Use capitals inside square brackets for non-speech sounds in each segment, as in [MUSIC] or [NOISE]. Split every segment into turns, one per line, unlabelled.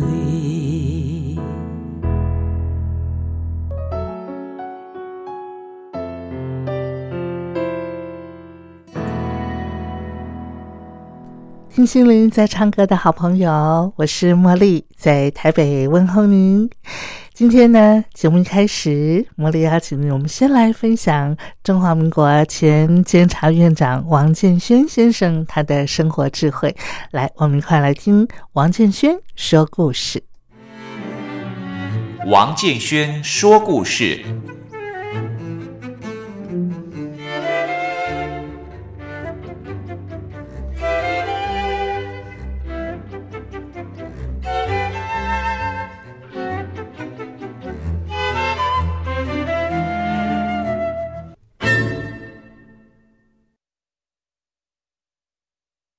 离。
听心灵在唱歌的好朋友，我是茉莉，在台北问候您。今天呢，节目一开始，茉莉邀请我们先来分享中华民国前监察院长王建轩先生他的生活智慧。来，我们一块来听王建轩说故事。
王建轩说故事。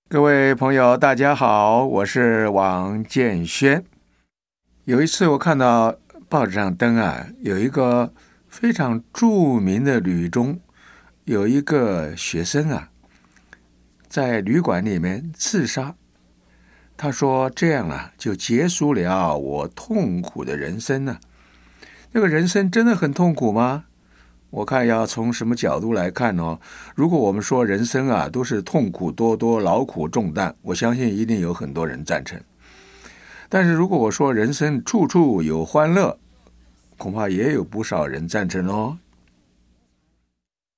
各位朋友，大家好，我是王建轩。有一次，我看到报纸上登啊，有一个非常著名的旅中，有一个学生啊，在旅馆里面自杀。他说：“这样啊，就结束了我痛苦的人生呢、那个人生真的很痛苦吗？我看要从什么角度来看哦。如果我们说人生啊都是痛苦多多、劳苦重担，我相信一定有很多人赞成。但是如果我说人生处处有欢乐，恐怕也有不少人赞成哦。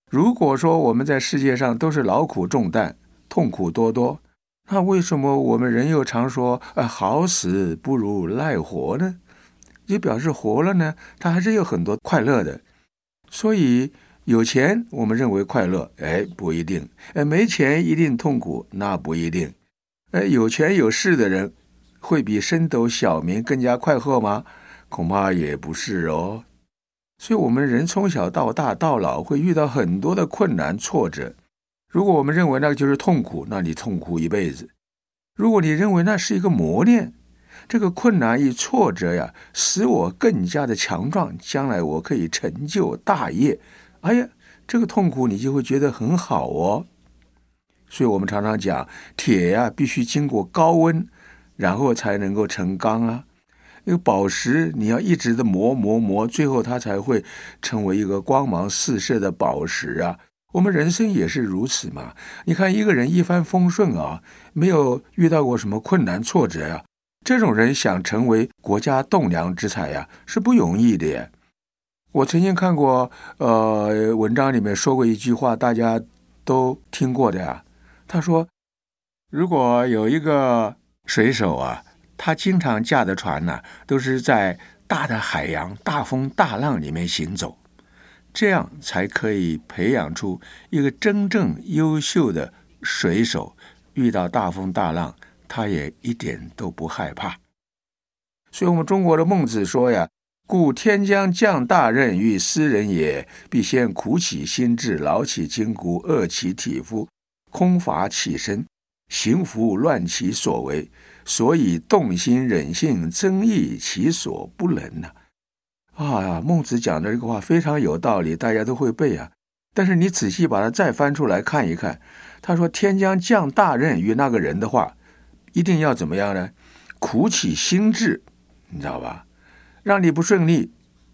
如果说我们在世界上都是劳苦重担、痛苦多多，那为什么我们人又常说“呃，好死不如赖活”呢？也表示活了呢，它还是有很多快乐的。所以有钱我们认为快乐，哎，不一定；哎，没钱一定痛苦，那不一定。哎，有权有势的人会比升斗小民更加快活吗？恐怕也不是哦。所以，我们人从小到大到老会遇到很多的困难挫折。如果我们认为那个就是痛苦，那你痛苦一辈子；如果你认为那是一个磨练，这个困难与挫折呀，使我更加的强壮，将来我可以成就大业。哎呀，这个痛苦你就会觉得很好哦。所以我们常常讲，铁呀、必须经过高温，然后才能够成钢啊。那个宝石，你要一直的磨磨磨，最后它才会成为一个光芒四射的宝石啊。我们人生也是如此嘛。你看一个人一帆风顺啊，没有遇到过什么困难挫折呀、这种人想成为国家栋梁之才呀，是不容易的耶。我曾经看过，呃，文章里面说过一句话，大家都听过的呀。他说，如果有一个水手啊，他经常驾的船呢、都是在大的海洋、大风大浪里面行走，这样才可以培养出一个真正优秀的水手。遇到大风大浪，他也一点都不害怕。所以，我们中国的孟子说呀：“故天将降大任于斯人也，必先苦其心志，劳其筋骨，饿其体肤，空乏其身，行拂乱其所为。所以动心忍性，增益其所不能呐、啊。”孟子讲的这个话非常有道理，大家都会背啊。但是你仔细把它再翻出来看一看，他说“天将降大任于那个人”的话，一定要怎么样呢？苦起心志，你知道吧？让你不顺利，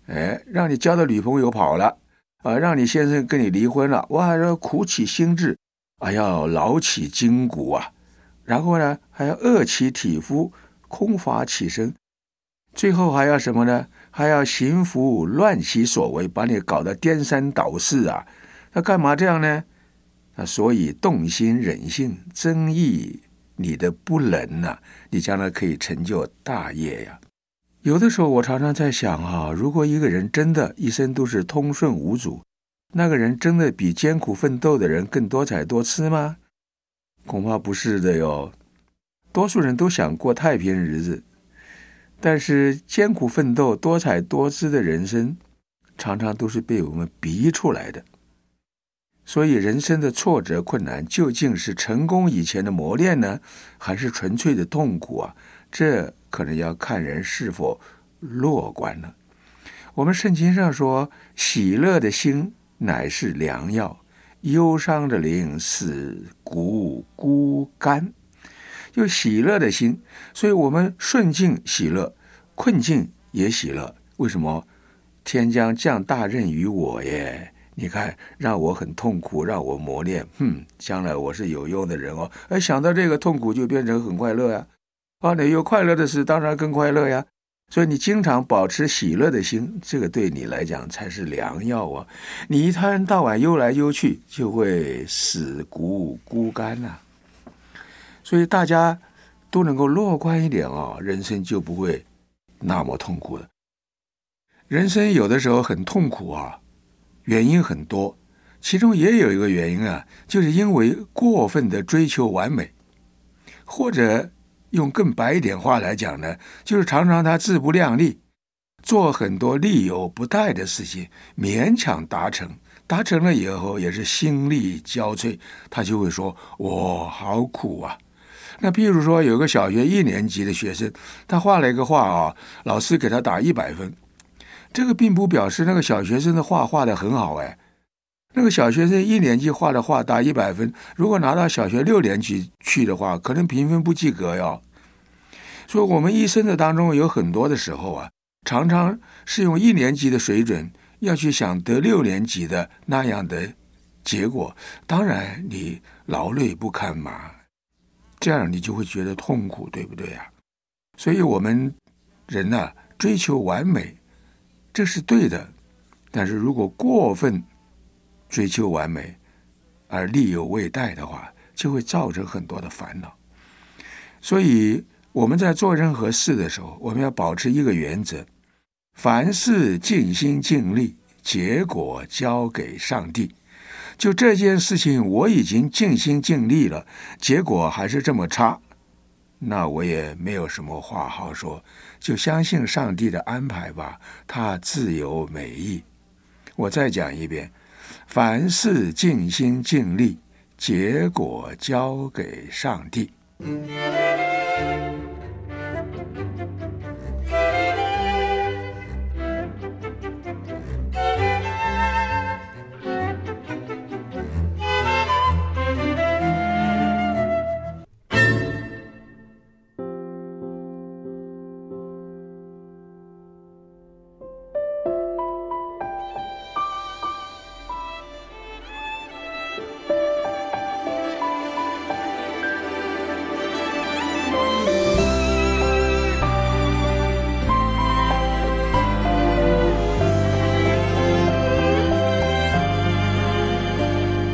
哎，让你交的女朋友跑了，啊，让你先生跟你离婚了，哇，要苦起心志，啊，要劳起筋骨啊，然后呢，还要饿其体肤，空乏其身，最后还要什么呢？还要行拂乱其所为，把你搞得颠三倒四啊！那干嘛这样呢？啊，所以动心忍性，增益你的不能呐、你将来可以成就大业呀、有的时候我常常在想啊，如果一个人真的一生都是通顺无阻，那个人真的比艰苦奋斗的人更多彩多姿吗？恐怕不是的哟。多数人都想过太平日子，但是艰苦奋斗、多彩多姿的人生，常常都是被我们逼出来的。所以，人生的挫折、困难，究竟是成功以前的磨练呢，还是纯粹的痛苦啊？这可能要看人是否乐观了。我们圣经上说：“喜乐的心乃是良药，忧伤的灵使骨枯干。”就喜乐的心，所以我们顺境喜乐，困境也喜乐。为什么？天将降大任于我耶！你看，让我很痛苦，让我磨练。哼，将来我是有用的人哦。哎，想到这个痛苦，就变成很快乐呀、啊。你有快乐的事，当然更快乐呀。所以你经常保持喜乐的心，这个对你来讲才是良药啊。你一天到晚忧来忧去，就会死骨枯干呐、所以大家都能够乐观一点哦，人生就不会那么痛苦了。人生有的时候很痛苦啊，原因很多，其中也有一个原因啊，就是因为过分的追求完美，或者用更白一点话来讲呢，就是常常他自不量力，做很多力有不逮的事情，勉强达成，达成了以后也是心力交瘁，他就会说：“我、好苦啊！”那譬如说，有个小学一年级的学生，他画了一个画啊，老师给他打一百分，这个并不表示那个小学生的画画的很好哎。那个小学生一年级画的画打一百分，如果拿到小学六年级去的话，可能评分不及格哟。所以，我们一生的当中有很多的时候啊，常常是用一年级的水准要去想得六年级的那样的结果，当然你劳累不堪嘛，这样你就会觉得痛苦，对不对啊？所以我们人呐、追求完美，这是对的，但是如果过分追求完美而力有未逮的话，就会造成很多的烦恼。所以我们在做任何事的时候，我们要保持一个原则：凡事尽心尽力，结果交给上帝。就这件事情，我已经尽心尽力了，结果还是这么差，那我也没有什么话好说，就相信上帝的安排吧，他自有美意。我再讲一遍，凡事尽心尽力，结果交给上帝。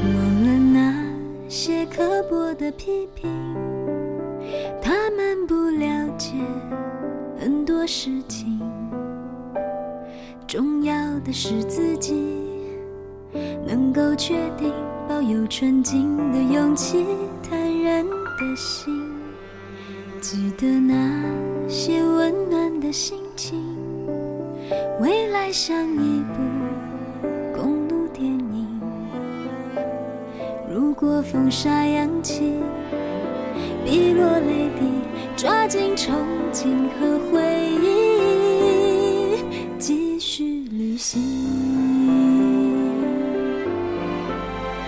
忘了那些刻薄的批评，他们不了解很多事情。重要的是自己能够确定，保有纯净的勇气，坦然的心。记得那些温暖的心情，未来像一部公路电影。如果风沙扬起，滴落泪滴，抓紧憧憬和回忆，继续旅行。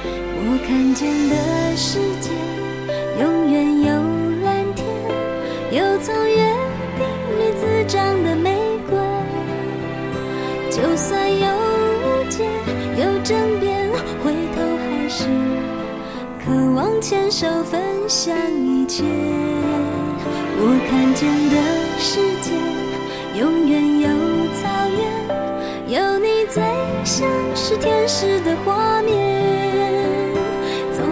我看见的世界，永远有蓝天，有从约定里滋长的玫瑰。就算有误解，有争辩，回头还是渴望牵手分享一切。我看见的世界，永远有草原，有你最像是天使的画面。纵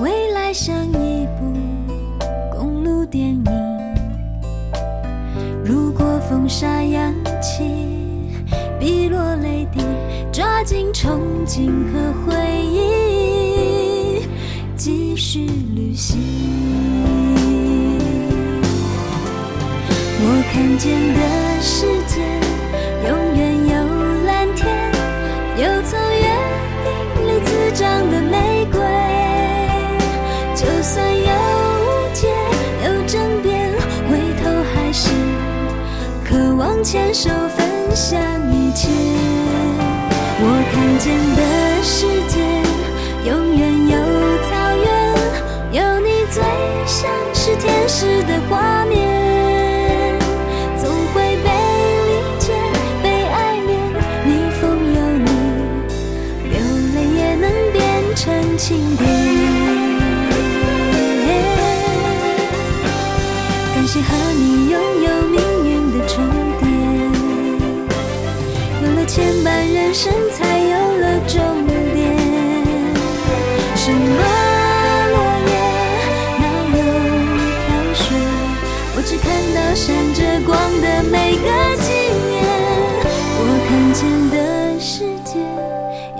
未来像一部公路电影。如果风沙扬起，滴落泪滴，抓紧憧憬和回忆，继续旅行。我看见的世界，永远有蓝天，有从约定里滋长的玫瑰。就算有误解，有争辩，回头还是渴望牵手分享一切。我看见的世界，永远有草原，有你最像是天使的画面，总会被理解，被爱恋。逆风有你，流泪也能变成晴天。感谢和你拥有命运的重叠，有了牵绊，人生才有了终点。什么落叶，哪有飘雪？我只看到闪着光的每个纪念。我看见的世界，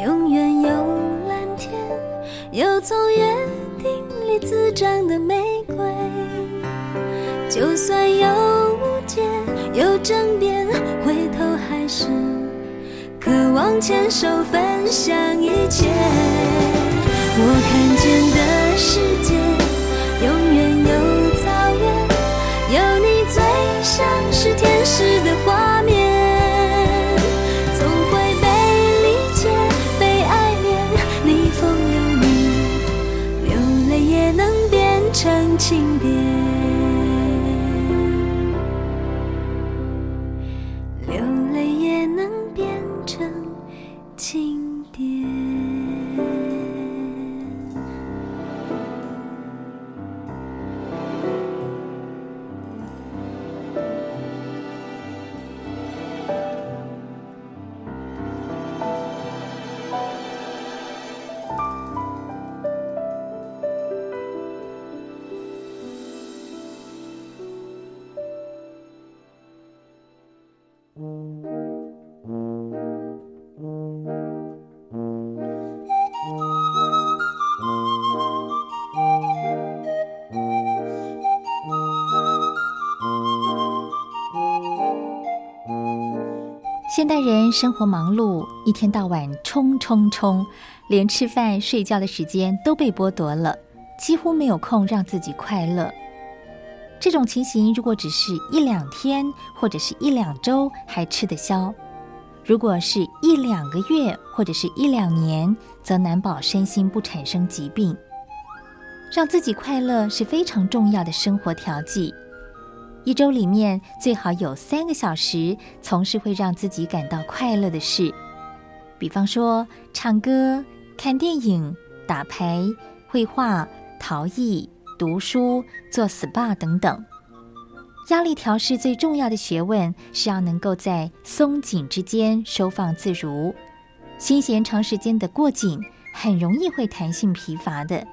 永远有蓝天，有从约定里滋长的玫瑰。就算有误解，有争辩，回头还是渴望牵手分享一切。我看见的世界，永远有草原，有你最像是天使的画面，总会被理解，被爱恋。逆风有你，流泪也能变成晴天，流泪也能变成晴天。
现代人生活忙碌，一天到晚冲冲冲，连吃饭睡觉的时间都被剥夺了，几乎没有空让自己快乐。这种情形如果只是一两天或者是一两周还吃得消，如果是一两个月或者是一两年，则难保身心不产生疾病。让自己快乐是非常重要的生活调剂。一周里面最好有三个小时从事会让自己感到快乐的事，比方说唱歌、看电影、打牌、绘画、陶艺、读书、做 SPA 等等。压力调试最重要的学问是要能够在松紧之间收放自如，心弦长时间的过紧，很容易会弹性疲乏的。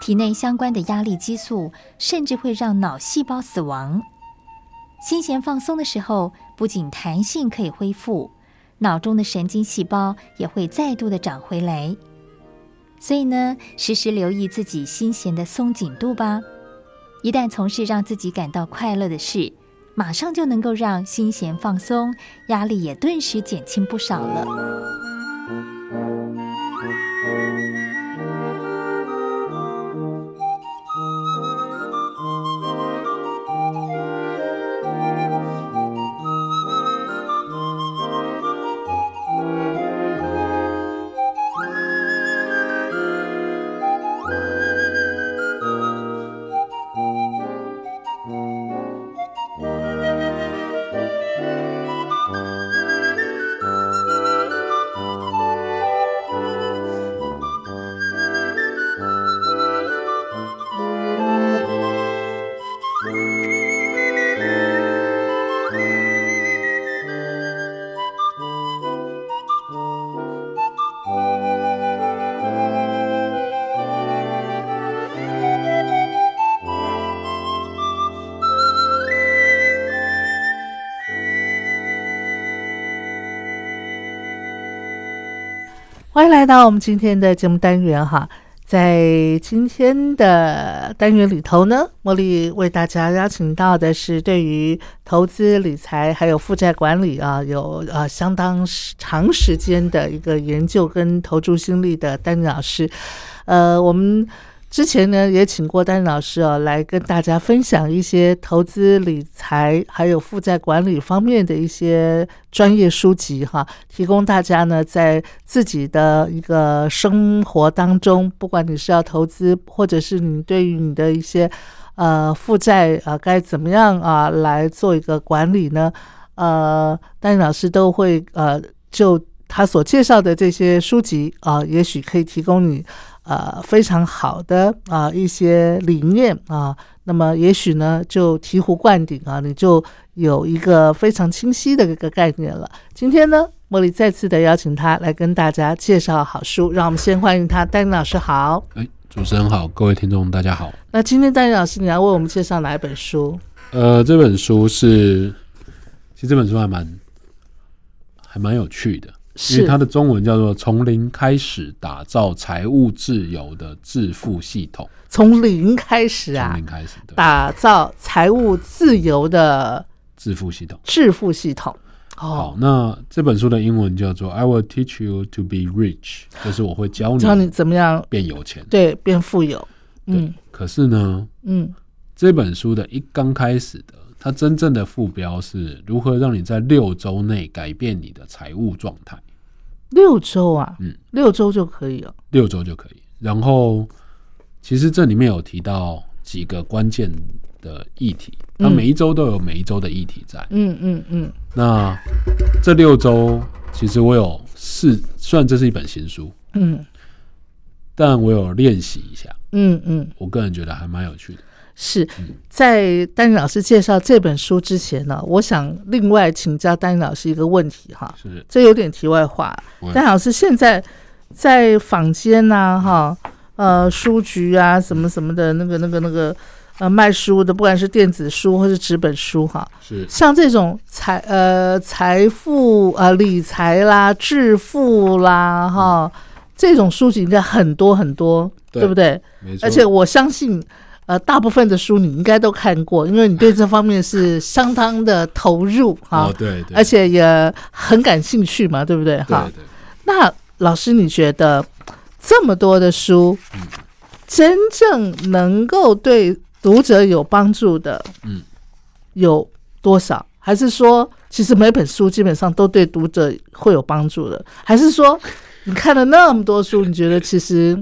体内相关的压力激素甚至会让脑细胞死亡。心弦放松的时候，不仅弹性可以恢复，脑中的神经细胞也会再度的长回来。所以呢，时时留意自己心弦的松紧度吧。一旦从事让自己感到快乐的事，马上就能够让心弦放松，压力也顿时减轻不少了。
欢迎来到我们今天的节目单元哈，在今天的单元里头呢，茉莉为大家邀请到的是对于投资理财还有负债管理啊，有呃相当时长时间的一个研究跟投注心力的丹尼老师。呃，我们之前呢也请过丹老师哦来跟大家分享一些投资理财还有负债管理方面的一些专业书籍哈，提供大家呢在自己的一个生活当中，不管你是要投资，或者是你对于你的一些呃负债啊、呃、该怎么样啊来做一个管理呢？呃，丹老师都会呃就他所介绍的这些书籍啊、呃也许可以提供你呃非常好的啊、一些理念啊、那么也许呢就醍醐灌顶啊，你就有一个非常清晰的一个概念了。今天呢，茉莉再次的邀请他来跟大家介绍好书，让我们先欢迎他，丹老师好。
哎，主持人好，各位听众大家好。
那今天丹老师你要为我们介绍哪一本书？
呃，这本书是，其实这本书还蛮还蛮有趣的，因
是
为它的中文叫做《从零开始打造财务自由的致富系统》，
从零开始啊
从零，开始对，
打造财务自由的
致富系统。
致富系统。
好
哦，，
那这本书的英文叫做《I will teach you to be rich》，就是我会教
教你
你
怎么样
变有钱。
对变富有。嗯
对，可是呢，
嗯，
这本书的一刚开始的，它真正的副标是如何让你在六周内改变你的财务状态，
六周啊，
嗯
六周就可以了。
六周就可以。然后，其实这里面有提到几个关键的议题，它
嗯
每一周都有每一周的议题在。
嗯嗯嗯，
那这六周，其实我有试，虽然这是一本新书，
嗯
但我有练习一下，
嗯嗯，
我个人觉得还蛮有趣的。
是
嗯
在丹尼老师介绍这本书之前呢，我想另外请教丹尼老师一个问题哈，
是，
这有点题外话。
不会
但老师现在在坊间呐、哈，呃，书局啊，什么什么的，那个、那个、那个，呃，卖书的，不管是电子书或是纸本书哈，
是
像这种财呃财富呃理财啦、致富啦哈，这种书籍应该很多很多，
对
不对？
没错，
而且我相信。呃，大部分的书你应该都看过，因为你对这方面是相当的投入哈，
哦，对对，
而且也很感兴趣嘛，对不对？哈，
对对。
那老师，你觉得这么多的书，真正能够对读者有帮助的，
嗯，
有多少？还是说，其实每本书基本上都对读者会有帮助的？还是说，你看了那么多书，你觉得其实，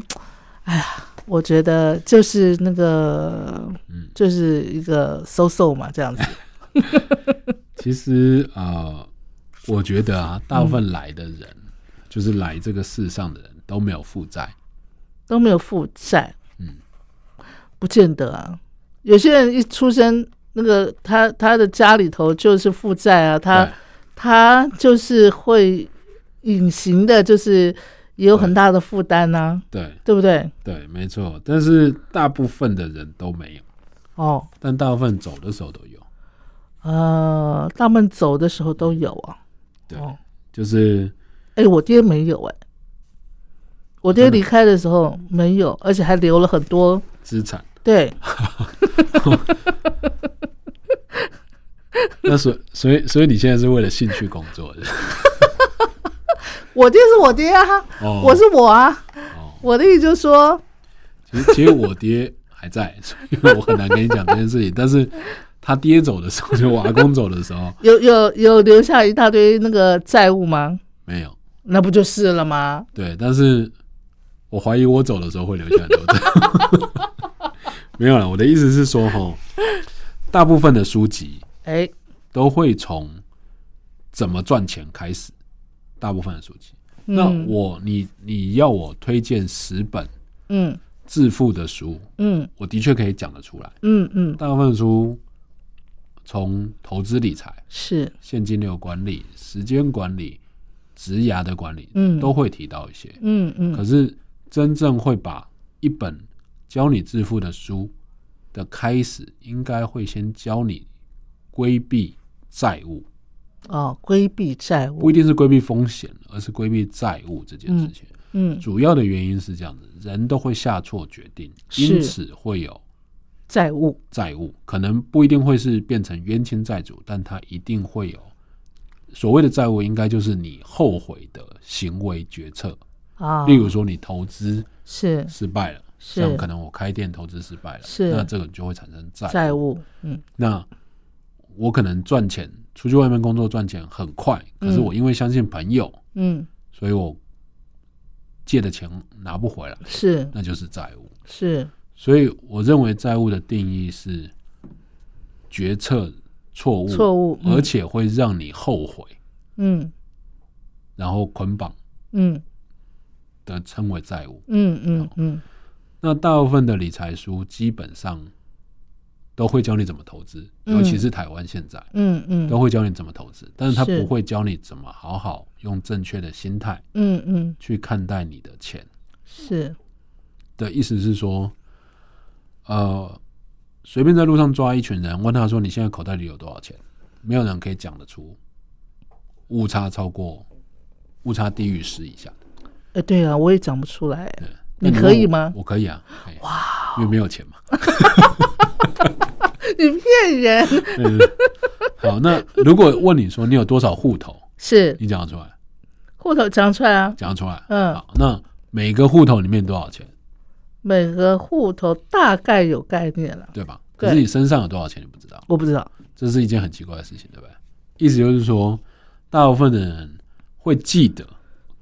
哎呀，我觉得就是那个，就是一个搜搜嘛，这样子。
其实呃，我觉得啊，大部分来的人，就是来这个世上的人都没有负债。
都没有负债，
嗯，
不见得啊。有些人一出生，那个他他的家里头就是负债啊，他
对
他就是会隐形的，就是也有
对
很大的负担呐，
对
对不对？
对，没错。但是大部分的人都没有，
哦，
但大部分走的时候都有。
呃，他们走的时候都有啊。
对，
哦
就是
哎，我爹没有哎、我爹离开的时候没有，而且还留了很多。
资产。
对，
那所 [LAUGHS] 所以所以你现在是为了兴趣工作
[LAUGHS]
的
我爹是我爹啊，
哦
我是我啊。
哦。
我的意思就是说，
其实其实我爹还在，所以我很难跟你讲这件事情。但是他爹走的时候，就我阿公走的时候
有有有留下一大堆那个债务吗？
没有。
那不就是了吗？
对，但是我怀疑我走的时候会留下很多的。 [LAUGHS] 没有了，我的意思是说，哈，大部分的书籍
哎，
都会从怎么赚钱开始。大部分的书籍，那
嗯
我你你要我推荐十本
嗯
致富的书，
嗯
我的确可以讲得出来。
嗯嗯，
大部分的书从投资理财、
是，
现金流管理、时间管理、职涯的管理，
嗯
都会提到一些。
嗯嗯
可是真正会把一本教你致富的书的开始，应该会先教你规避债务，
哦，规避债务
不一，定是规避风险，而是规避债务这件事情。
嗯，
主要的原因是这样子，人都会下错决定，
是
因此会有
债务
债务，可能不一定会是变成冤亲债主，但他一定会有所谓的债务，应该就是你后悔的行为决策，
啊，
例如说你投资
是
失败了。
是
像可能我开店投资失败了，
是
那这个就会产生债
债务，嗯
那我可能赚钱，出去外面工作赚钱很快，可是
嗯
我因为相信朋友，
嗯，
所以我借的钱拿不回来，
是
那就是债务。
是
所以我认为债务的定义是决策错误，
错误嗯
而且会让你后悔，
嗯
然后捆绑
嗯
的称为债务。
嗯嗯嗯，
那大部分的理财书基本上都会教你怎么投资，
嗯
尤其是台湾现在。
嗯嗯
都会教你怎么投资，但是他
是
不会教你怎么好好用正确的心态
嗯嗯
去看待你的钱。
是
的意思是说，呃，随便在路上抓一群人，问他说你现在口袋里有多少钱，没有人可以讲得出误差超过误差低于十以下的。
呃，对啊，我也讲不出来，
对，
你
那
可以
问我
吗
我可以啊，可以哇，因为没有钱嘛。
你骗人，
对对对好，那如果问你说你有多少户头，
是
你讲得出来？
户头讲出来啊，
讲得出来。
嗯
好，那每个户头里面多少钱？
每个户头大概有概念了，
对吧？
对
可是你身上有多少钱你不知道，
我不知道，
这是一件很奇怪的事情，对不对？意思就是说，大部分的人会记得，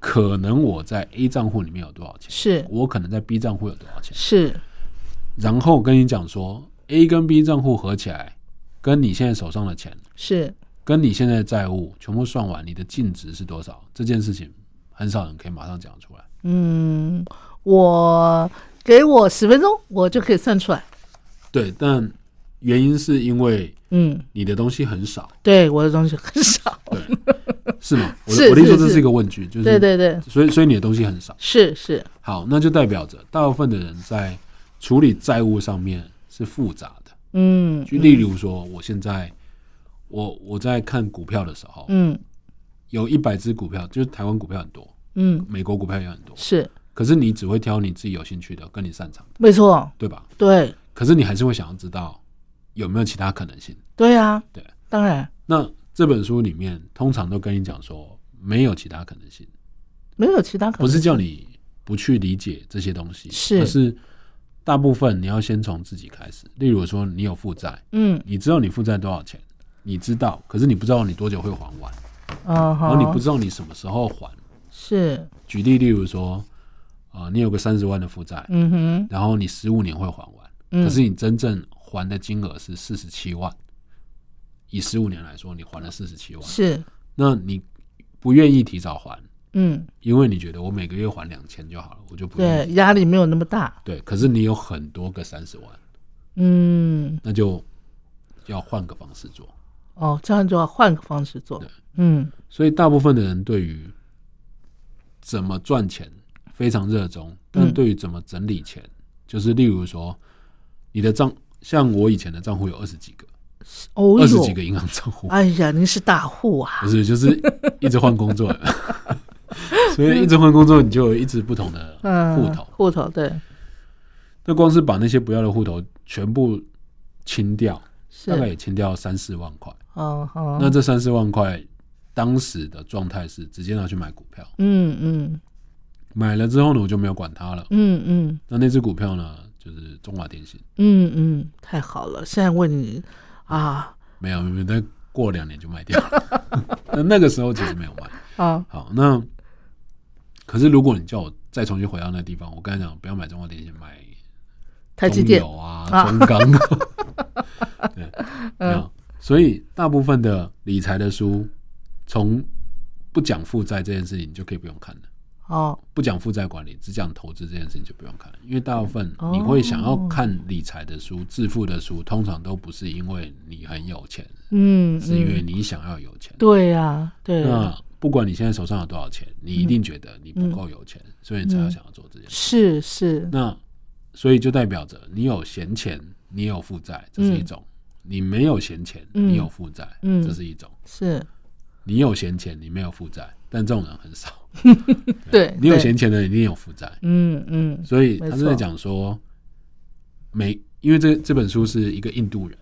可能我在 A 账户里面有多少钱，
是
我可能在 B 账户有多少钱，
是
然后跟你讲说 A 跟 B 账户合起来，跟你现在手上的钱，
是
跟你现在的债务全部算完，你的净值是多少？这件事情很少人可以马上讲出来。
嗯，我给我十分钟，我就可以算出来。
对，但原因是因为
嗯，
你的东西很少，
对，我的东西很少。
是吗？我
是
的我的意思
是
这
是
是一个问句，就是
对对对，
所以所以你的东西很少。
是是，
好，那就代表着大部分的人在处理债务上面是复杂的。
嗯
就例如说，我现在我我在看股票的时候，
嗯
有一百只股票，就是台湾股票很多，
嗯，
美国股票也很多，
是
可是你只会挑你自己有兴趣的，跟你擅长的，
没错，
对吧？
对
可是你还是会想要知道有没有其他可能性。
对啊，
对，
当然
那这本书里面通常都跟你讲说，没有其他可能性。
没有其他可能。
不是叫你不去理解这些东西，
是
而是大部分你要先从自己开始。例如说，你有负债，
嗯
你知道你负债多少钱，你知道，可是你不知道你多久会还完，
啊
然
哈，
后哦你不知道你什么时候还。
是
举例，例如说，啊，你有个三十万的负债，
嗯哼
然后你十五年会还完，
嗯
可是你真正还的金额是四十七万，以十五年来说，你还了四十七万，
是
那你不愿意提早还，
嗯
因为你觉得我每个月还两千就好了，我就不愿
对
意，
压力没有那么大。
对，可是你有很多个三十万，
嗯
那就要换个方式做。
哦，这样就要换个方式做
对。
嗯
所以大部分的人对于怎么赚钱非常热衷，但对于怎么整理钱，就是例如说你的账，像我以前的账户有二十几个，
哦
二十
哟
几个银行账户，
哎呀，您是大户啊！
不是就是一直换工作， [LAUGHS] 所以一直换工作，你就有一直不同的
嗯，
户头。
户头对
那光是把那些不要的户头全部清掉，
是
大概也清掉三四万块。
哦哦，
那这三四万块，当时的状态是直接拿去买股票，
嗯嗯
买了之后呢，我就没有管它了。
嗯嗯
那那只股票呢，就是中华电信，
嗯嗯，太好了！现在问你啊
没有没有，但过两年就卖掉 [LAUGHS] 了。那那个时候其实没有卖。
啊，
好，那可是如果你叫我再重新回到那地方，我刚才讲不要买中华电信，买
台积
中
电
油啊、
啊嗯
中
[LAUGHS]
钢、对，没有。所以大部分的理财的书，从不讲负债这件事情，你就可以不用看了。
哦，
不讲负债管理，只讲投资这件事情就不用看了，因为大部分
哦
你会想要看理财的书、致富的书，通常都不是因为你很有钱，
嗯，
是因为
嗯
你想要有钱。
对嗯呀，对呀，
那不管你现在手上有多少钱，你一定觉得你不够有
嗯
钱，所以你才要想要做这件
是
事。
是，
那所以就代表着你有闲钱，你有负债，这是一种；你没有闲钱，
嗯
你有负债，
嗯
这是一种；
是
你有闲钱，你没有负债，但这种人很少。
对，
你有
对
闲钱的，一定有负债。
嗯嗯，
所以他
没
是在
错
讲说，美，因为这这本书是一个印度人，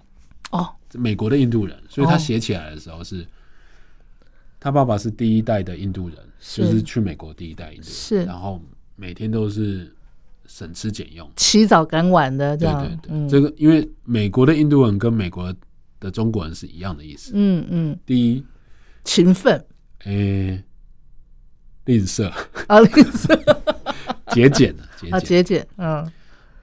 哦，
美国的印度人，所以
哦
他写起来的时候是，他爸爸是第一代的印度人，
是
就是去美国第一代印度人，
是
然后每天都是省吃俭用，
起早赶晚的这
对
样，
对对，
嗯
这个因为美国的印度人跟美国的中国人是一样的意思，
嗯嗯，
第一，
勤奋
诶、吝啬、
啊，吝啬
节俭啊，节
啊，
俭，
节俭，嗯，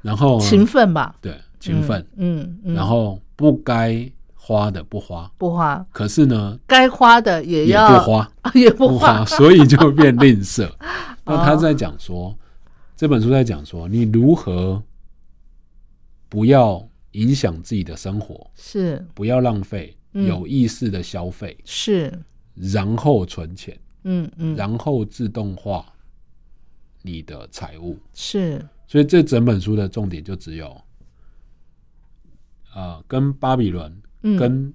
然后
勤奋吧，
对勤奋，
嗯，嗯，嗯
然后不该花的不花，
不花，
可是呢
该花的也
也
要
不，花，
啊也不 [LAUGHS] 花，哦
所以就变吝啬。那他在讲说，这本书在讲说，你如何不要影响自己的生活，
是
不要浪费，
嗯
有意识的消费，
是，
然后存钱，
嗯嗯，
然后自动化你的财务。
是
所以这整本书的重点就只有，呃，跟巴比伦、
嗯
跟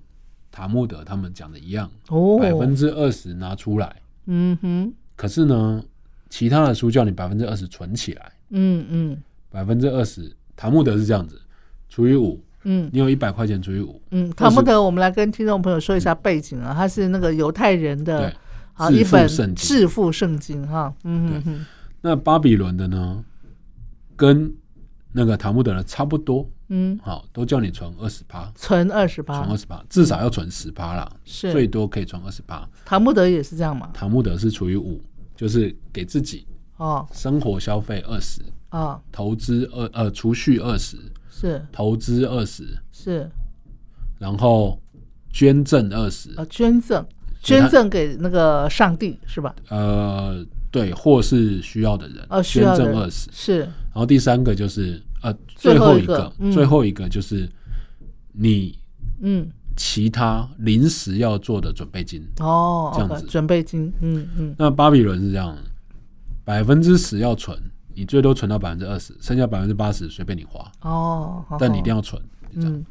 塔木德他们讲的一样，
哦，
百分之二十拿出来，
嗯哼，
可是呢，其他的书叫你百分之二十存起来，
嗯嗯
百分之二十，塔木德是这样子，除以五，
嗯。
你有一百块钱除以五，
嗯，塔木德，我们来跟听众朋友说一下背景啊，他是那个犹太人的
嗯对，
啊
致
一
富
本
圣经
致富圣经哈，嗯哼哼，
那巴比伦的呢，跟那个塔木德的差不多，
嗯，
好，都叫你存二十趴，
存二十
存
八
二，十趴，至少要存十趴啦，
是
最多可以存二十趴。
塔木德也是这样嘛，
塔木德是除以五，就是给自己
哦
生活消费二十，
哦，
投资二呃储蓄二十，
是
投资二十，
是，
然后捐赠二十，
呃，捐赠，
所以他
捐赠给那个上帝是吧？
呃，对，或是需要的人，
呃，需
捐
要的
赠二
人
十。
是，
然后第三个就是呃，
最
最
后
后
一
一
个
个，
嗯
最后一个就是你
嗯，
其他临时要做的准备金。
哦，
这样
OK，
子
准备金，嗯嗯，
那巴比伦是这样，百分之十要存，你最多存到百分之二十，剩下百分之八十随便你花，
哦，好
但你一定
好
要存，这样
嗯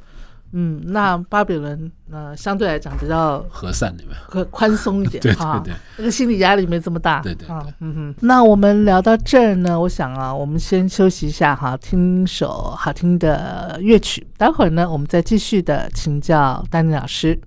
嗯，那巴比伦呃，相对来讲比较
和善，有没有？
宽宽松 [LAUGHS] 一点
对对
啊
对，
那个心理压力没这么大。
对对对
啊，嗯哼。那我们聊到这儿呢，我想啊，我们先休息一下哈，听首好听的乐曲，待会儿呢，我们再继续的请教丹尼老师。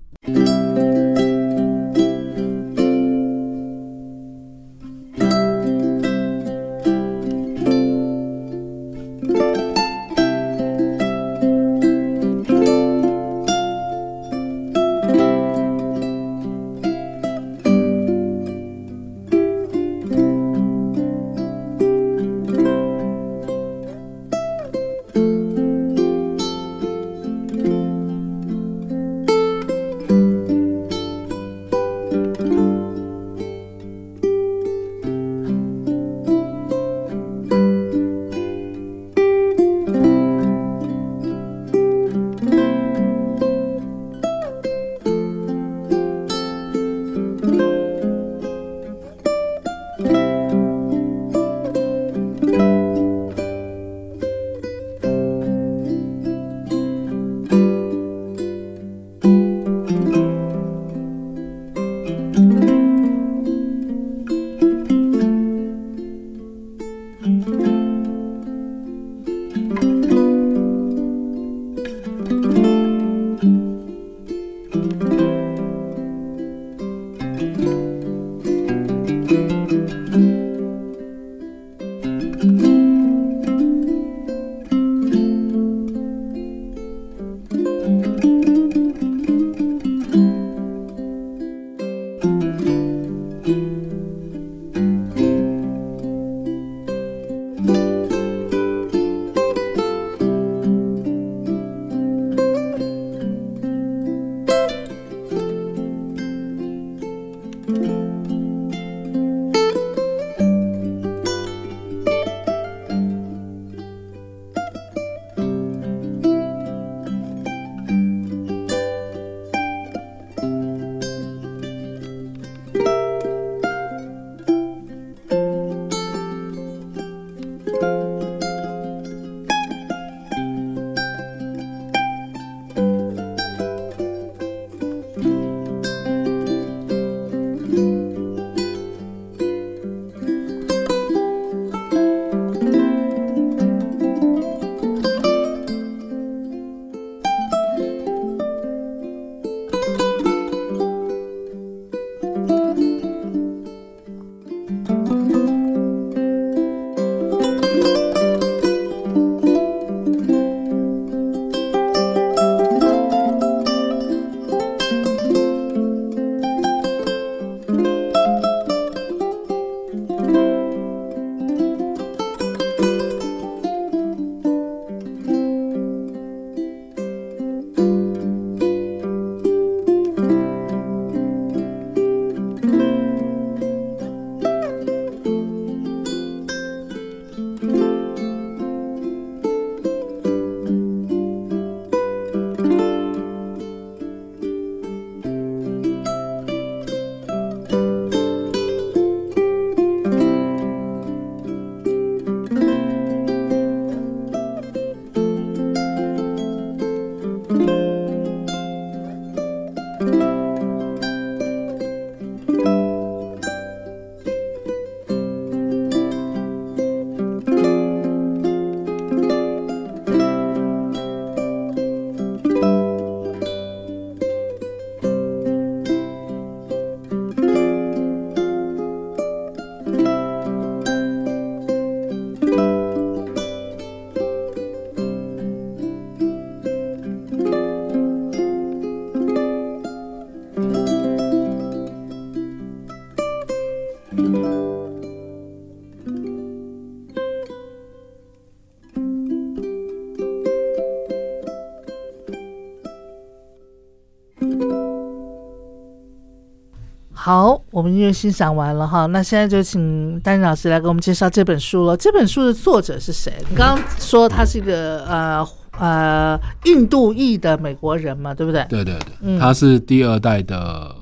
好，我们音乐欣赏完了哈，那现在就请丹老师来给我们介绍这本书了。这本书的作者是谁？你刚刚说他是一个呃呃印度裔的美国人嘛，对不对？
对对对，他是第二代的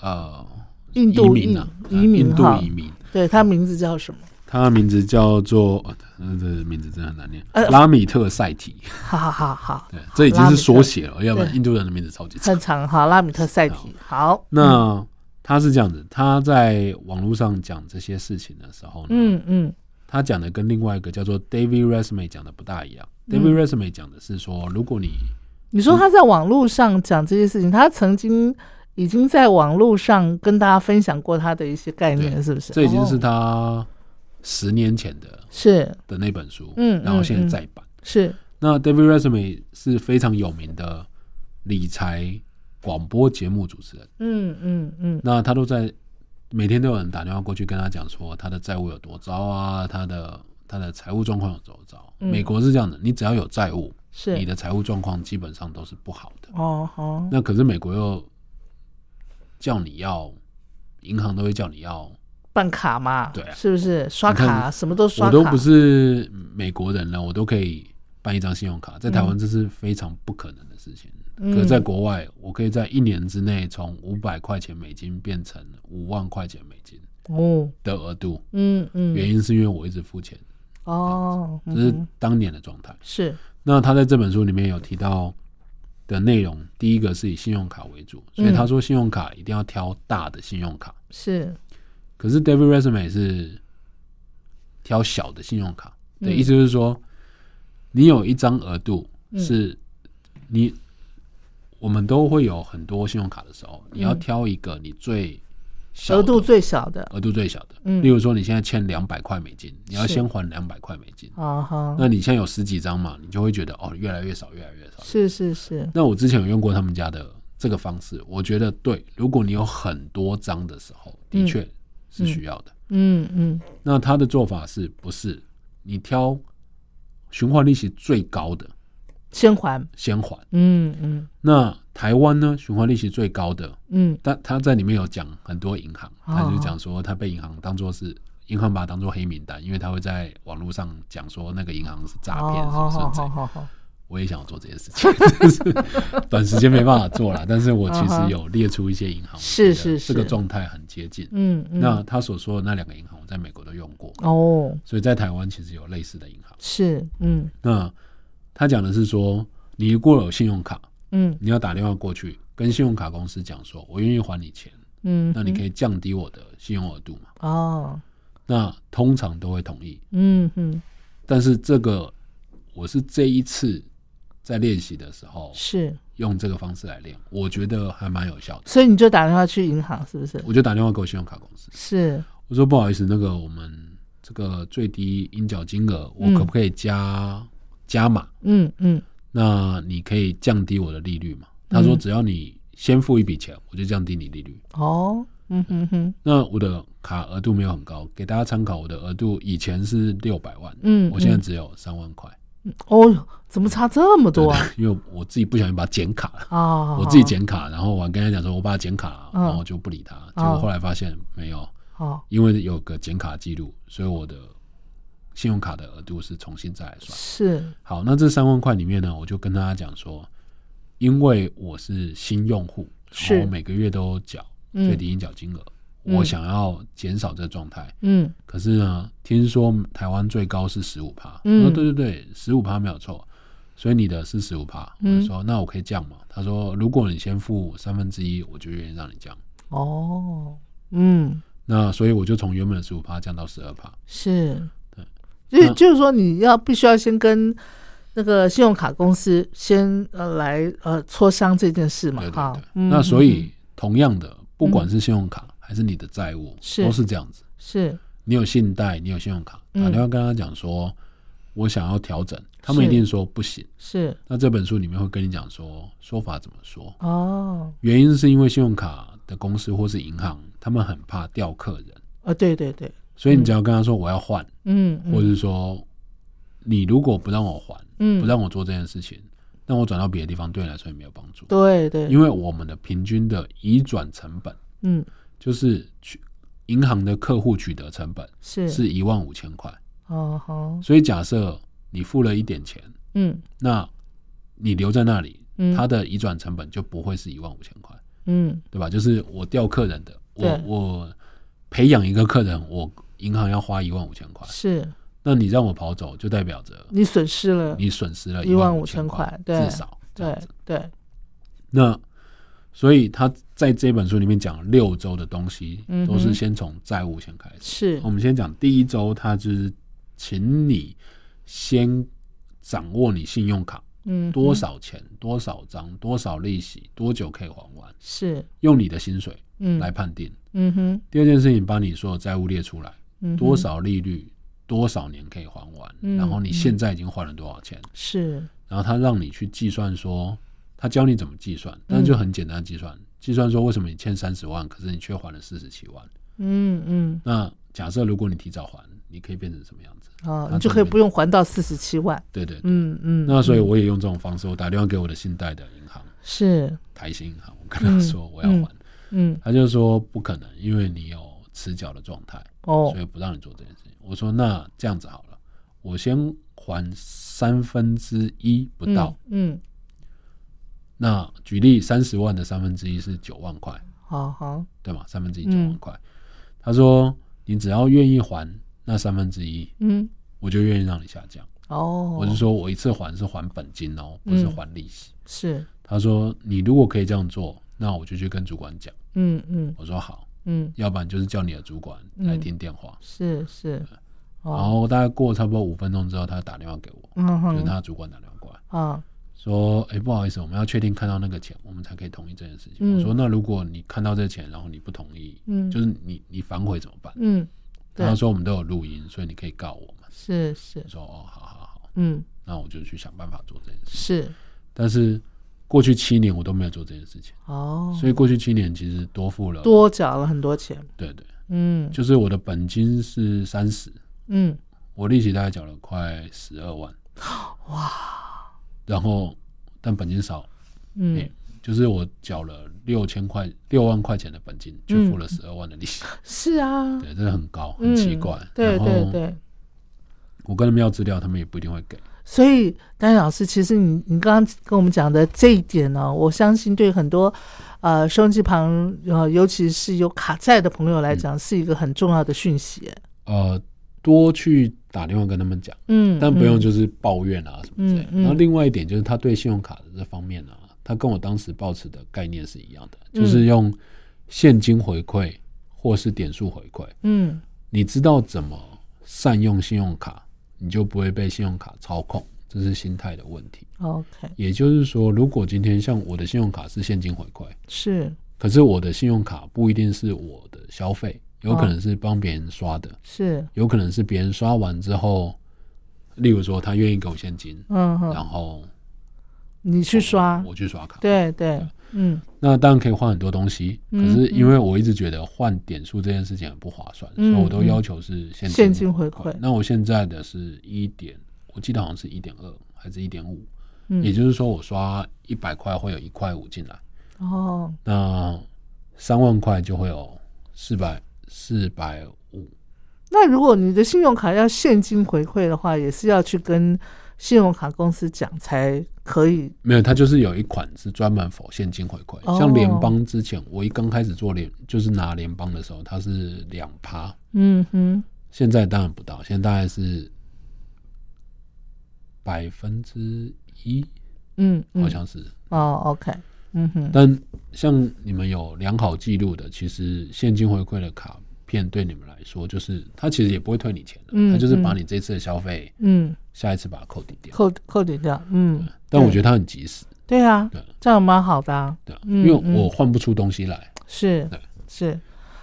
呃
印
移
度
民
裔
啊，呃
移民
印度
哈，
移民，
对他名字叫什么？ [LAUGHS]
他的名字叫做，呃这名字真的很难念
呃，
拉米特赛提。
好好好好，
对，这已经是缩写了，要不
对
然印度人的名字超级长
很。长哈，拉米特赛提。好，
那他是这样子，他在网络上讲这些事情的时候呢，
嗯嗯
他讲的跟另外一个叫做 David Resme 讲的不大一样。David Resme 讲的是说，如果你
你说他在网络上讲这些事情，他曾经已经在网络上跟大家分享过他的一些概念，
对
是不是？
这已经是
哦
他十年前的
是
的那本书，
嗯
然后现
嗯嗯
在再版。
是，
那 David Resme 是非常有名的理财广播节目主持人，
嗯嗯嗯
那他都在每天都有人打电话过去跟他讲说他的债务有多糟啊，他的他的财务状况有多糟。
嗯
美国是这样的，你只要有债务，
是
你的财务状况基本上都是不好的。
哦好
那可是美国又叫你要，银行都会叫你要。
办卡嘛，
对啊
是不是刷
你看
卡什么都刷
我
卡，
都不是美国人了，我都可以办一张信用卡，在台湾这是非常不可能的事情。
嗯
可是在国外，我可以在一年之内从五百块钱美金变成五万块钱美金
哦，
的额度，
嗯
原
嗯
因是因为我一直付钱，
哦，
这是
嗯
当年的状态。
是
那他在这本书里面有提到的内容，第一个是以信用卡为主，所以
嗯
他说信用卡一定要挑大的信用卡。
是
可是 David Resume 是挑小的信用卡，对，
嗯
意思就是说，你有一张额度
嗯
是你，我们都会有很多信用卡的时候，你要挑一个你最小
嗯
的
额度最小的，
额度最小的，
嗯
例如说你现在欠两百块美金，你要
是
先还两百块美金，
哦好，
那你现在有十几张嘛，你就会觉得哦，越来越少，越来越少。
是是是，
那我之前有用过他们家的这个方式，我觉得对，如果你有很多张的时候，的
嗯
确是需要的。
嗯嗯
那他的做法是不是你挑循环利息最高的
先还，
先还？
嗯嗯
那台湾呢，循环利息最高的，
嗯
但他在里面有讲很多银行，
哦
他就讲说他被银行当做是银行把他当做黑名单，因为他会在网络上讲说那个银行是诈骗，
哦好
什么什
好
么之
好
类的。
好好，
我也想要做这些事情， [LAUGHS] 但是短时间没办法做啦。但是我其
嗯哼
实有列出一些银行，
是
我觉得
是是
这个状态很接近。
嗯嗯，
那他所说的那两个银行，我在美国都用过，
哦
所以在台湾其实有类似的银行。
是，嗯
那他讲的是说，你如果有信用卡，
嗯
你要打电话过去跟信用卡公司讲说，我愿意还你钱，
嗯，
那你可
以
以降低我的信用额度嘛？
哦，
那通常都会同意。
嗯嗯
但是这个我是这一次在练习的时候
是，
用这个方式来练，我觉得还蛮有效的。
所以你就打电话去银行是不是？
我就打电话给我信用卡公司，
是，
我说不好意思，那个我们这个最低应缴金额，我
嗯
可不可以加、加码？
嗯嗯
那你可以降低我的利率嘛？他说只要你先付一笔钱，我就降低你利率。
哦，嗯哼哼，
那我的卡额度没有很高，给大家参考，我的额度以前是六百万，
嗯
我现在
嗯
只有三万块，
哦哟，怎么差这么多啊？
[LAUGHS] 因为我自己不小心把它剪卡了。
啊，
我自己剪卡，然后我还跟他讲说，我把它剪卡了，
嗯
然后就不理他。结果后来发现没有，
好，
因为有个剪卡记录，所以我的信用卡的额度是重新再来算。
是，
好，那这三万块里面呢，我就跟他讲说，因为我是新用户，
是
然后每个月都缴
嗯
最低应缴金额，
嗯
我想要减少这状态。
嗯
可是呢，听说台湾最高是十五趴，
嗯
我说对对对，十五趴没有错，所以你的是十五趴。我
嗯
就说那我可以降嘛？他说如果你先付三分之一，我就愿意让你降。
哦，嗯，
那所以我就从原本的十五趴降到十二趴。
是，
对，
就
那
就是说你要必须要先跟那个信用卡公司先呃来呃磋商这件事嘛
对，对
哈
对，，
嗯
那
嗯
所
嗯
以同样的，不管是信用卡还是你的债务，
是
都是这样子。
嗯是，
你有信贷，你有信用卡，
嗯
打电话跟他讲说，我想要调整，他
是
们一定说不行。
是，
那这本书里面会跟你讲说说法怎么说，
哦，
原因是因为信用卡的公司或是银行，他们很怕掉客人，
呃，对对对，
所以你只要跟他说我要换，
嗯，嗯
或者是说你如果不让我还，
嗯
不让我做这件事情，那我转到别的地方对你来说也没有帮助，
对对，
因为我们的平均的移转成本
嗯
就是取银行的客户取得成本
是
是一万五千块，
哦吼，
所以假设你付了一点钱，
嗯
那你留在那里，
嗯
它的移转成本就不会是一万五千块，
嗯
对吧？就是我调客人的，我
对
我培养一个客人，我银行要花一万五千块，
是
那你让我跑走，就代表着
你损失了，
啊你损失了
15,000
块
块，对
至少这样
对
子。
对
那所以他在这本书里面讲六周的东西
嗯，哼
都是先从债务先开始。
是
我们先讲第一周，他就是请你先掌握你信用卡
嗯哼
多少钱、多少张、多少利息、多久可以还完，
是
用你的薪水
嗯
来判定。
嗯哼
第二件事情，把你所有债务列出来，
嗯哼
多少利率。多少年可以还完？
嗯
然后你现在已经还了多少钱？
是
然后他让你去计算说，他教你怎么计
嗯
算，但就很简单的计算，计算说为什么你欠三十万，可是你却还了四十七万。
嗯嗯
那假设如果你提早还，你可以变成什么样子？
哦，
他
你就
这
可以
边
不用还到四十七万，
对对对。
嗯嗯，
那所以
嗯
我也用这种方式，我打电话给我的信贷的银行，
是
台新银行，我跟他说我要还，
嗯
他就说不可能，因为你有迟缴的状态，
哦
所以不让你做这件事情。我说那这样子好了，我先还三分之一不到。
嗯，嗯
那举例三十万的三分之一是九万块，
好好
对吗？三分之一九
嗯
万块。他说你只要愿意还那三分之一，
嗯
我就愿意让你下降。
哦，
我是说我一次还是还本金哦，不是
嗯
还利息。
是
他说你如果可以这样做，那我就去跟主管讲。
嗯嗯
我说好，
嗯
要不然就是叫你的主管来听电话。
是是，哦
然后大概过差不多五分钟之后，他打电话给我，
嗯
就是
哼
他主管打电话过来。
啊
说，哎、不好意思，我们要确定看到那个钱，我们才可以同意这件事情。
嗯
我说，那如果你看到这钱，然后你不同意，
嗯
就是你你反悔怎么办？
嗯对
他说我们都有录音，所以你可以告我们。
是是
我说，哦，好好好，
嗯
那我就去想办法做这件事。
是
但是过去七年我都没有做这件事情，
哦，
所以过去七年其实多付了，
多缴了很多钱，
对对，
嗯
就是我的本金是三十，
嗯
我利息大概缴了快十二万，哇，然后但本金少
嗯
嗯，就是我缴了六千块、六万块钱的本
嗯
金，却付了十二万的
[LAUGHS]
利息，
是啊，
对，真的很高，
嗯
很奇怪。
对对
然后
对。
我跟他们要资料，他们也不一定会给。
所以，丹老师，其实你你刚刚跟我们讲的这一点呢、我相信对很多呃收音机旁呃，尤其是有卡债的朋友来
嗯
讲，是一个很重要的讯息。
呃，多去打电话跟他们讲，
嗯，
但不用
嗯
就是抱怨啊什么之类的。
嗯嗯
然后另外一点就是，他对信用卡的这方面啊，他跟我当时抱持的概念是一样的，
嗯
就是用现金回馈或是点数回馈。
嗯
你知道怎么善用信用卡，你就不会被信用卡操控，这是心态的问题。
，OK，
也就是说，如果今天像我的信用卡是现金回馈，
是
可是我的信用卡不一定是我的消费，有
哦
可能是帮别人刷的，
是，
有可能是别人刷完之后，例如说他愿意给我现金，
嗯
然
哼，
后
你去刷
我，我去刷卡。
对对，嗯
那当然可以换很多东西，可
嗯
是因为我一直觉得换点数这件事情很不划算，
嗯
所以我都要求是现哦
现金回馈
那我现在的是一点，我记得好像是一点二还是一点五，
嗯，
也就是说我刷一百块会有一块五进来。
哦，
那三万块就会有四百四百五，
那如果你的信用卡要现金回馈的话，也是要去跟信用卡公司讲才可以。
没有，它就是有一款是专门否现金回馈。
哦
像联邦之前，我一刚开始做联，就是拿联邦的时候，它是两趴，
嗯哼，
现在当然不到，现在大概是百分之一，
嗯，嗯
好像是。
哦，OK，嗯哼，
但像你们有良好记录的，其实现金回馈的卡片对你们来说，就是它其实也不会退你钱的，
嗯
它就是把
嗯
你这次的消费，
嗯。
下一次把它扣抵掉。
扣扣抵掉，嗯，
但我
对
觉得它很及时，
对啊
对，
这样蛮好的、啊，
对啊，
嗯
因为我换不出东西来。
是
对
是。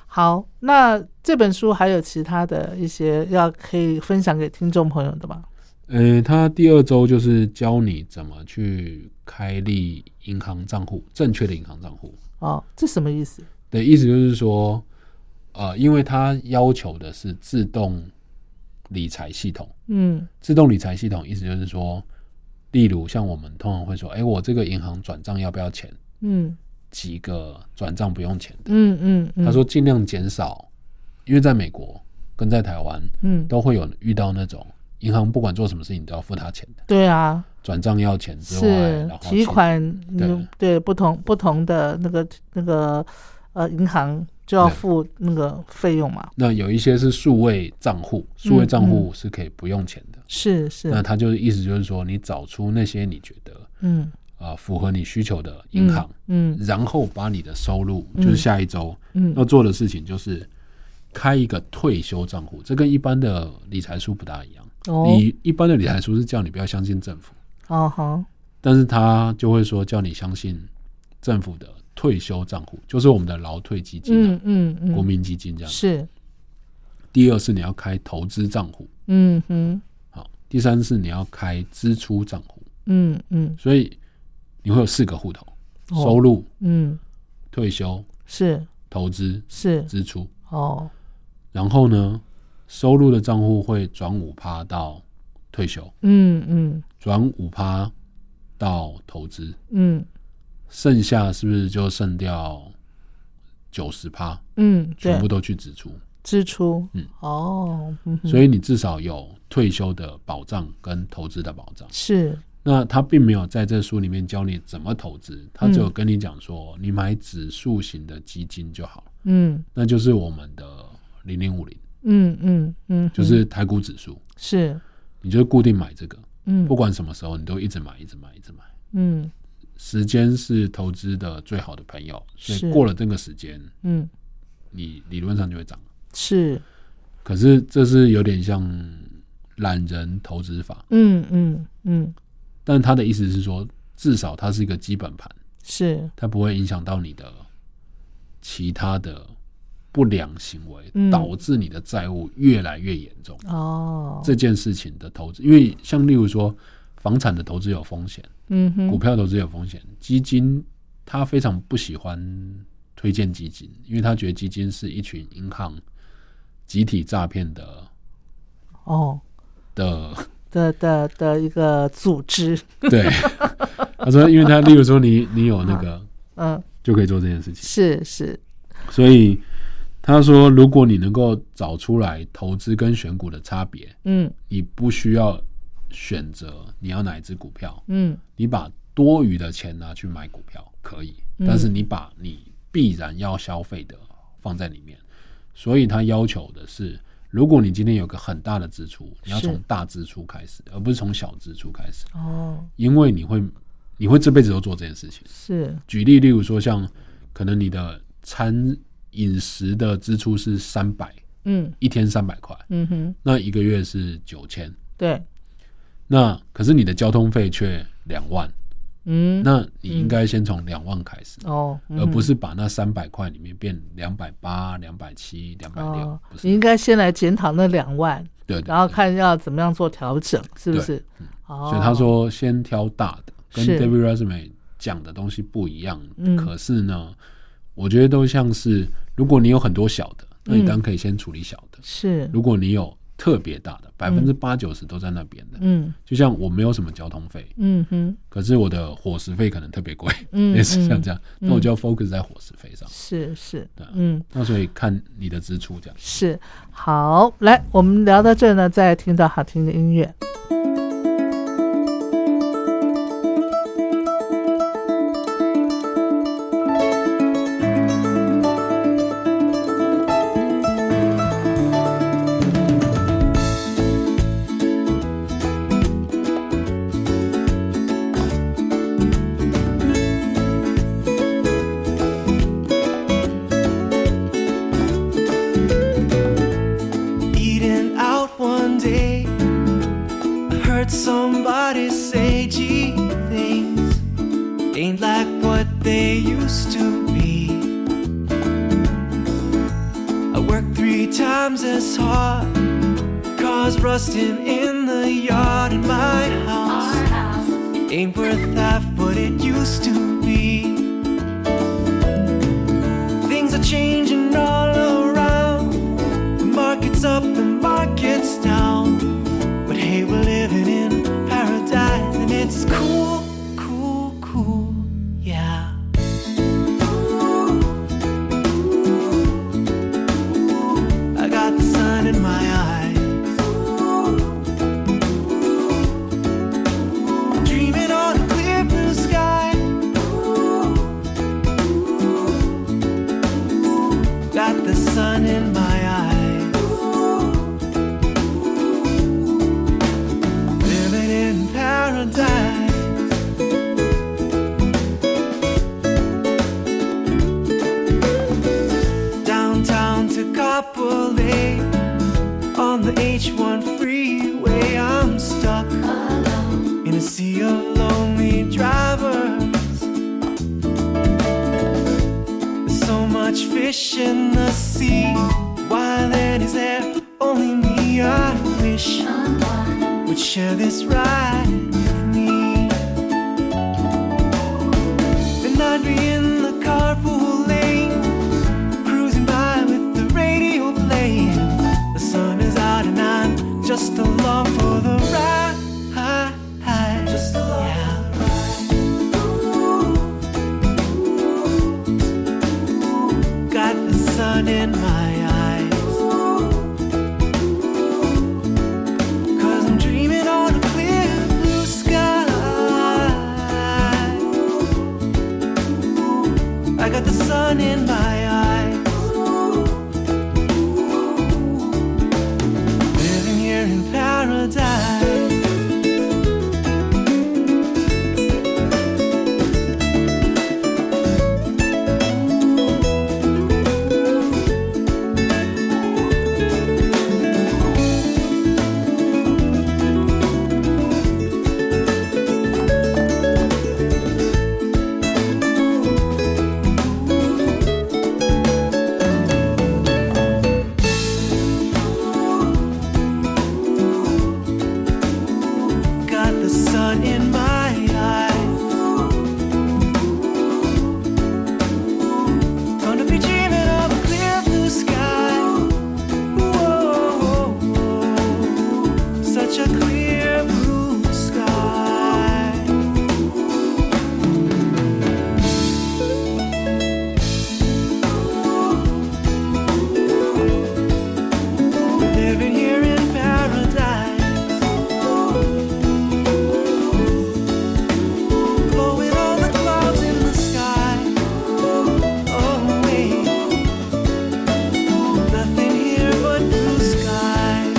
好，那这本书还有其他的一些要可以分享给听众朋友的吗？嗯
呃，它第二周就是教你怎么去开立银行账户，正确的银行账户
哦，这什么意思？
的意思就是说，呃，因为它要求的是自动理财系统，
嗯
自动理财系统意思就是说，例如像我们通常会说，哎，我这个银行转账要不要钱？
嗯
几个转账不用钱的。
嗯嗯嗯，
他说尽量减少，因为在美国跟在台湾
嗯，
都会有遇到那种银行不管做什么事情都要付他钱的，
对啊，
转账要钱之外，
是
然后
提款，嗯
对
对，不同不同的那个那个呃银行就要
对
付那个费用嘛，
那有一些是数位账户，数
嗯
位账户是可以不用钱的。
是是，
那他就是意思就是说，你找出那些你觉得
嗯，
啊、呃符合你需求的
嗯
银行，，
嗯
然后把你的收入，
嗯
就是下一周
嗯
要做的事情，就是开一个退休账户。这跟一般的理财书不大一样。
哦
你一般的理财书是叫你不要相信政府，
哦好，
但是他就会说叫你相信政府的退休账户，就是我们的劳退基金、
嗯
啊、
嗯
国
嗯，
民基金这样。
是，
第二是你要开投资账户。
嗯哼，
好，第三是你要开支出账户，
嗯嗯
所以你会有四个户头：
哦
收入、
嗯，
退休、
是
投资、
是，
支出。
哦
然后呢，收入的账户会转五趴到退休，
嗯嗯
转五趴到投资，
嗯
剩下是不是就剩掉九十趴，
嗯，
全
对
部，都去支出？
支出，
嗯
哦，嗯哼
所以你至少有退休的保障跟投资的保障。
是，
那他并没有在这书里面教你怎么投资，他
嗯
只有跟你讲说，你买指数型的基金就好，
嗯
那就是我们的零零五零，
嗯嗯嗯，
就是台股指数，
是，
你就固定买这个，
嗯，
不管什么时候你都一直买，一直买，一直买。
嗯
时间是投资的最好的朋友，所
是
以过了这个时间，
嗯
你理论上就会涨。
是，
可是这是有点像懒人投资法，
嗯嗯嗯
但他的意思是说，至少它是一个基本盘。
是，
它不会影响到你的其他的不良行为，
嗯
导致你的债务越来越严重。
哦，
这件事情的投资，因为像例如说，房产的投资有风险，
嗯哼，
股票投资有风险，基金他非常不喜欢推荐基金，因为他觉得基金是一群银行集体诈骗的
哦
的 [LAUGHS]
的的的一个组织，
对。他说，因为他例如说你你有那个
嗯，
就可以做这件事情。
是是，
所以他说，如果你能够找出来投资跟选股的差别，
嗯
你不需要选择你要哪一只股票，
嗯
你把多余的钱拿去买股票可以，
嗯
但是你把你必然要消费的放在里面。所以他要求的是，如果你今天有个很大的支出，你要
是
从大支出开始，而不是从小支出开始，
哦
因为你会你会这辈子都做这件事情。
是，
举例，例如说像可能你的餐饮食的支出是三百，
嗯
一天三百块，
嗯哼，
那一个月是九千，
对，
那可是你的交通费却两万，
嗯
那你应该先从两万开始。
哦，嗯
而
哼
不是把那三百块里面变两百八、两百七、两百六
哦，，
不是
你应该先来检讨那两万，
对对对
然后看要怎么样做调整，是不
对嗯
是？哦，
所以他说先挑大的，跟
是
David Resume 讲的东西不一样。
嗯
可是呢，我觉得都像是，如果你有很多小的，那你
嗯
当然可以先处理小的。
是，
如果你有特别大的，百分之八九十都在那边的，
嗯
就像我没有什么交通费，
嗯哼，
可是我的伙食费可能特别贵， [LAUGHS]
嗯
类似像
嗯
这样，那我就要 focus 在伙食费上。
是是
对啊，
嗯。
那所以看你的支出这样。
是，好，来，我们聊到这呢，再听到好听的音乐。
eating out one day. I heard somebody say, gee, things ain't like what they used to be. I worked three times as hard, cars rusting in the yard in my house. Ain't worth half what it used to be. Things are changing all around. The market's up and market's down. But hey, we're living in paradise and it's cool, cool, cool, yeah. in the sea. Why then is there only me? I wish would share this ride with me. Then I'd be in the carpool lane, cruising by with the radio playing. The sun is out and I'm just along for the ride. Just along yeah. got the sun in my eyes. Cause I'm dreaming on a clear blue sky. I got the sun in my eyes. Living here in paradise. got the sun in my eyes. Gonna be dreaming of a clear blue sky. Whoa, such a clear blue sky. Living here in paradise. Blowing all the clouds in the sky away. Nothing here but blue skies.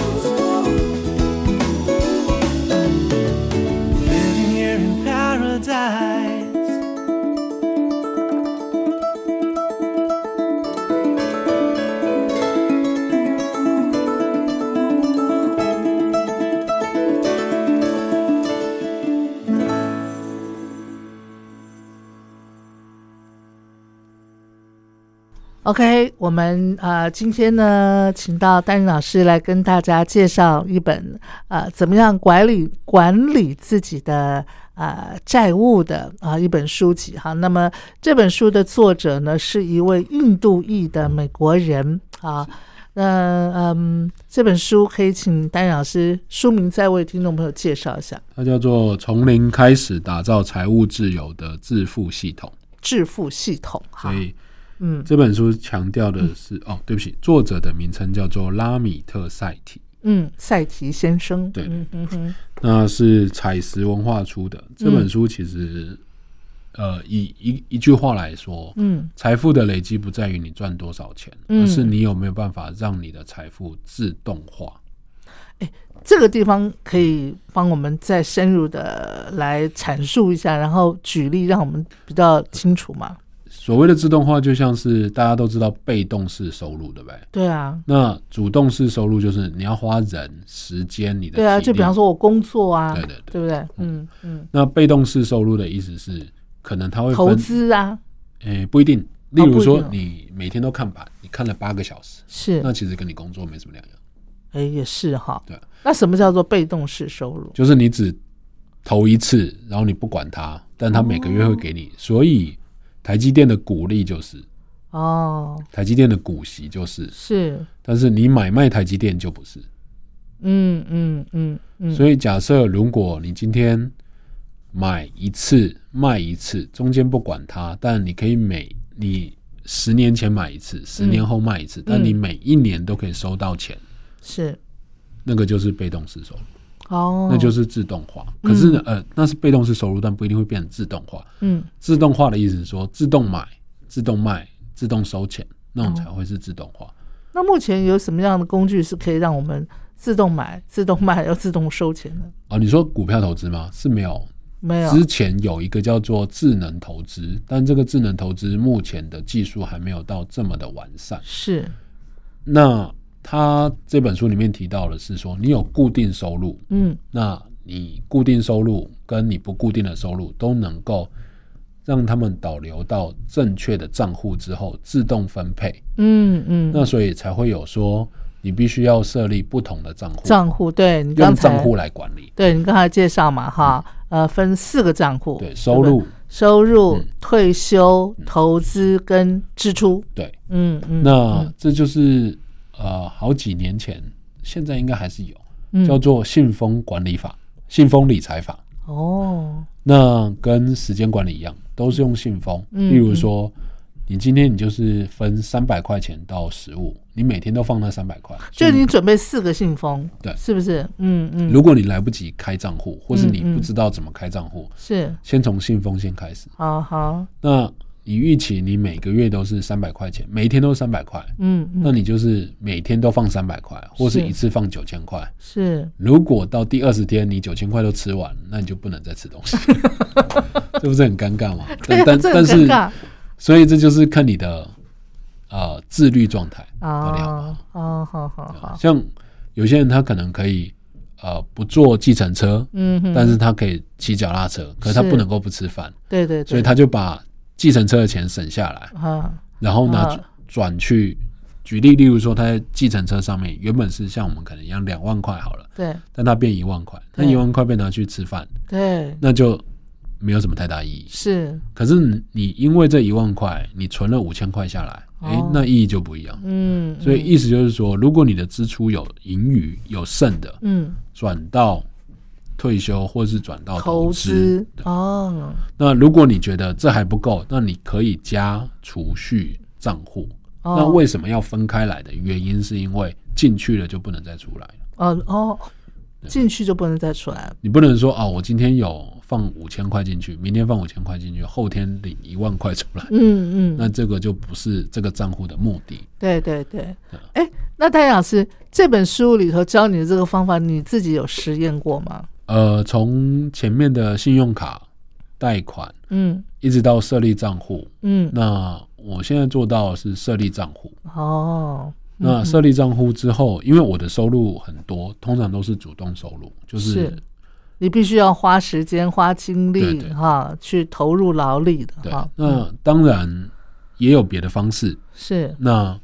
Living here in paradise.
OK，我们呃今天呢，请到丹妮老师来跟大家介绍一本呃怎么样管理管理自己的呃债务的啊、一本书籍哈。那么这本书的作者呢是一位印度裔的美国人啊。那嗯，这本书可以请丹妮老师书名再为听众朋友介绍一下，《
它叫做《从零开始打造财务自由的致富系统》。
致富系统》哈
所。以
嗯
这本书强调的是，哦，对不起，作者的名称叫做拉米特赛提，
嗯，赛提先生，
对
嗯嗯哼，
那是采石文化出的。这本书其实，呃，以一一句话来说，
嗯
财富的累积不在于你赚多少钱，
嗯
而是你有没有办法让你的财富自动化。
这个地方可以帮我们再深入的来阐述一下，然后举例让我们比较清楚嘛？
所谓的自动化，就像是大家都知道被动式收入，对不对？
对啊，
那主动式收入就是你要花人、时间、你的
对啊，
体力
就比方，说我工作啊，
对对对
不对？嗯嗯，
那被动式收入的意思是，可能它会分
投，资啊，
诶、不一定。例如
不一
说，
定啊
你每天都看盘，你看了八个小时，
是
那，其实跟你工作没什么两样，
哎，也是哈。
对啊
那什么叫做被动式收入？
就是你只投一次，然后你不管它，但它每个月会给你。所以，台积电的股利就是，
哦，
台积电的股息就是，
是，
但是你买卖台积电就不是。
嗯嗯嗯嗯，
所以假设如果你今天买一次卖一次，中间不管它，但你可以每你十年前买一次，十
嗯
年后卖一次，但你每一年都可以收到钱，
是
那个就是被动式收入，
哦，
那就是自动化。可是呢，呃，那是被动式收入，但不一定会变成自动化。
嗯
自动化的意思是说，自动买、自动卖、自动收钱，那
哦
种才会是自动化。
那目前有什么样的工具是可以让我们自动买、自动卖又自动收钱的？
啊，你说股票投资吗？是没有，
没有，
之前有一个叫做智能投资，但这个智能投资目前的技术还没有到这么的完善。
是
那他这本书里面提到的是说，你有固定收入，
嗯
那你固定收入跟你不固定的收入都能够让他们导流到正确的账户之后自动分配。
嗯嗯，
那所以才会有说，你必须要设立不同的账户，
账户对你刚
用
才
账户来管理。
对你刚才介绍嘛哈，呃，分四个账户，
对，收入
对不对、收入
嗯、
退休、投资跟支出。
对，
嗯嗯，
那这就是呃，好几年前，现在应该还是有，
嗯
叫做信封管理法、信封理财法。
哦，
那跟时间管理一样，都是用信封。
嗯
例如说，你今天你就是分三百块钱到食物，你每天都放那三百块。
就
所以
你准备四个信封，
对
是不是？嗯嗯，
如果你来不及开账户，或是你
嗯嗯
不知道怎么开账户，
是，
先从信封先开始。
好好，
那你预期你每个月都是三百块钱，每一天都三百块，
嗯
那
嗯，
你就是每天都放三百块，或是
是
一次放九千块。
是
如果到第二十天你九千块都吃完，那你就不能再吃东
[LAUGHS]
西，这不是很尴尬吗？
对啊
但
这
但
很尴
但是，
尬
所以这就是看你的呃自律状态到底好不
哦哦，好好
好。
好，
像有些人他可能可以呃不坐计程车，
嗯哼，
但是他可以骑脚踏车，可是他
是
不能够不吃饭，
对对对，
所以他就把计程车的钱省下来，
啊，
然后拿
啊
转去。举例，例如说，他在计程车上面原本是像我们可能一样两万块好了，
对
但他变一万块，那
对
一万块被拿去吃饭，
对
那就没有什么太大意义。
是，
可是你你因为这一万块，你存了五千块下来，
哦
诶，那意义就不一样。
嗯，
所以
嗯
意思就是说，如果你的支出有盈余、有剩的，
嗯，
转到退休或是转到
投
投资
资，哦，
那如果你觉得这还不够，那你可以加储蓄账户。
哦
那为什么要分开来的原因，是因为进去了就不能再出来了。
哦哦，进去就不能再出来了，
你不能说啊，我今天有放五千块进去，明天放五千块进去，后天领一万块出来，
嗯嗯，
那这个就不是这个账户的目的。
对对对，
啊
哎，那戴老师这本书里头教你的这个方法，你自己有实验过吗？
呃，从前面的信用卡、贷款，
嗯
一直到设立账户，
嗯，
那我现在做到的是设立账户。
哦，
那设立账户之后，因为我的收入很多，通常都是主动收入，就是
是你必须要花时间、花精力
对对
哈，去投入劳力的
对
哈。。
那当然也有别的方式。
是，
那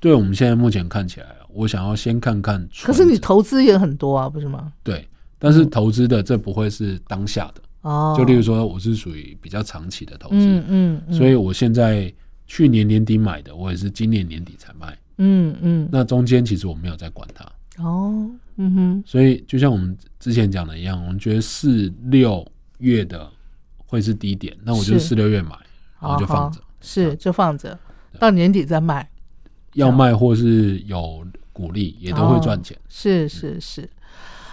对我们现在目前看起来，我想要先看看存
可
折。
是你投资也很多啊，不是吗？
对，但是投资的这不会是当下的，
嗯哦，
就例如说我是属于比较长期的投资，
嗯嗯，嗯
所以我现在去年年底买的，我也是今年年底才卖，
嗯嗯，
那中间其实我没有在管它，
哦，嗯哼，
所以就像我们之前讲的一样，我们觉得四六月的会是低点，那我就是四六月买，然后就
哦好
放着，啊
是就放着，到年底再卖。
要卖或是有鼓励也都会赚钱。
是是是。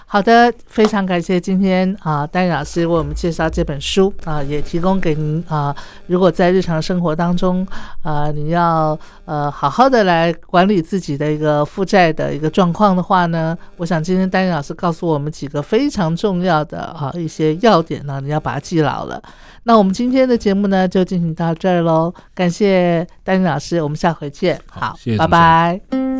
好的，非常感谢今天啊，丹老师为我们介绍这本书啊，也提供给您啊，如果在日常生活当中啊，你要呃好好的来管理自己的一个负债的一个状况的话呢，我想今天丹老师告诉我们几个非常重要的啊一些要点呢，你要把它记牢了。那我们今天的节目呢就进行到这儿喽，感谢丹老师，我们下回见。
好谢谢
拜
主持人
拜。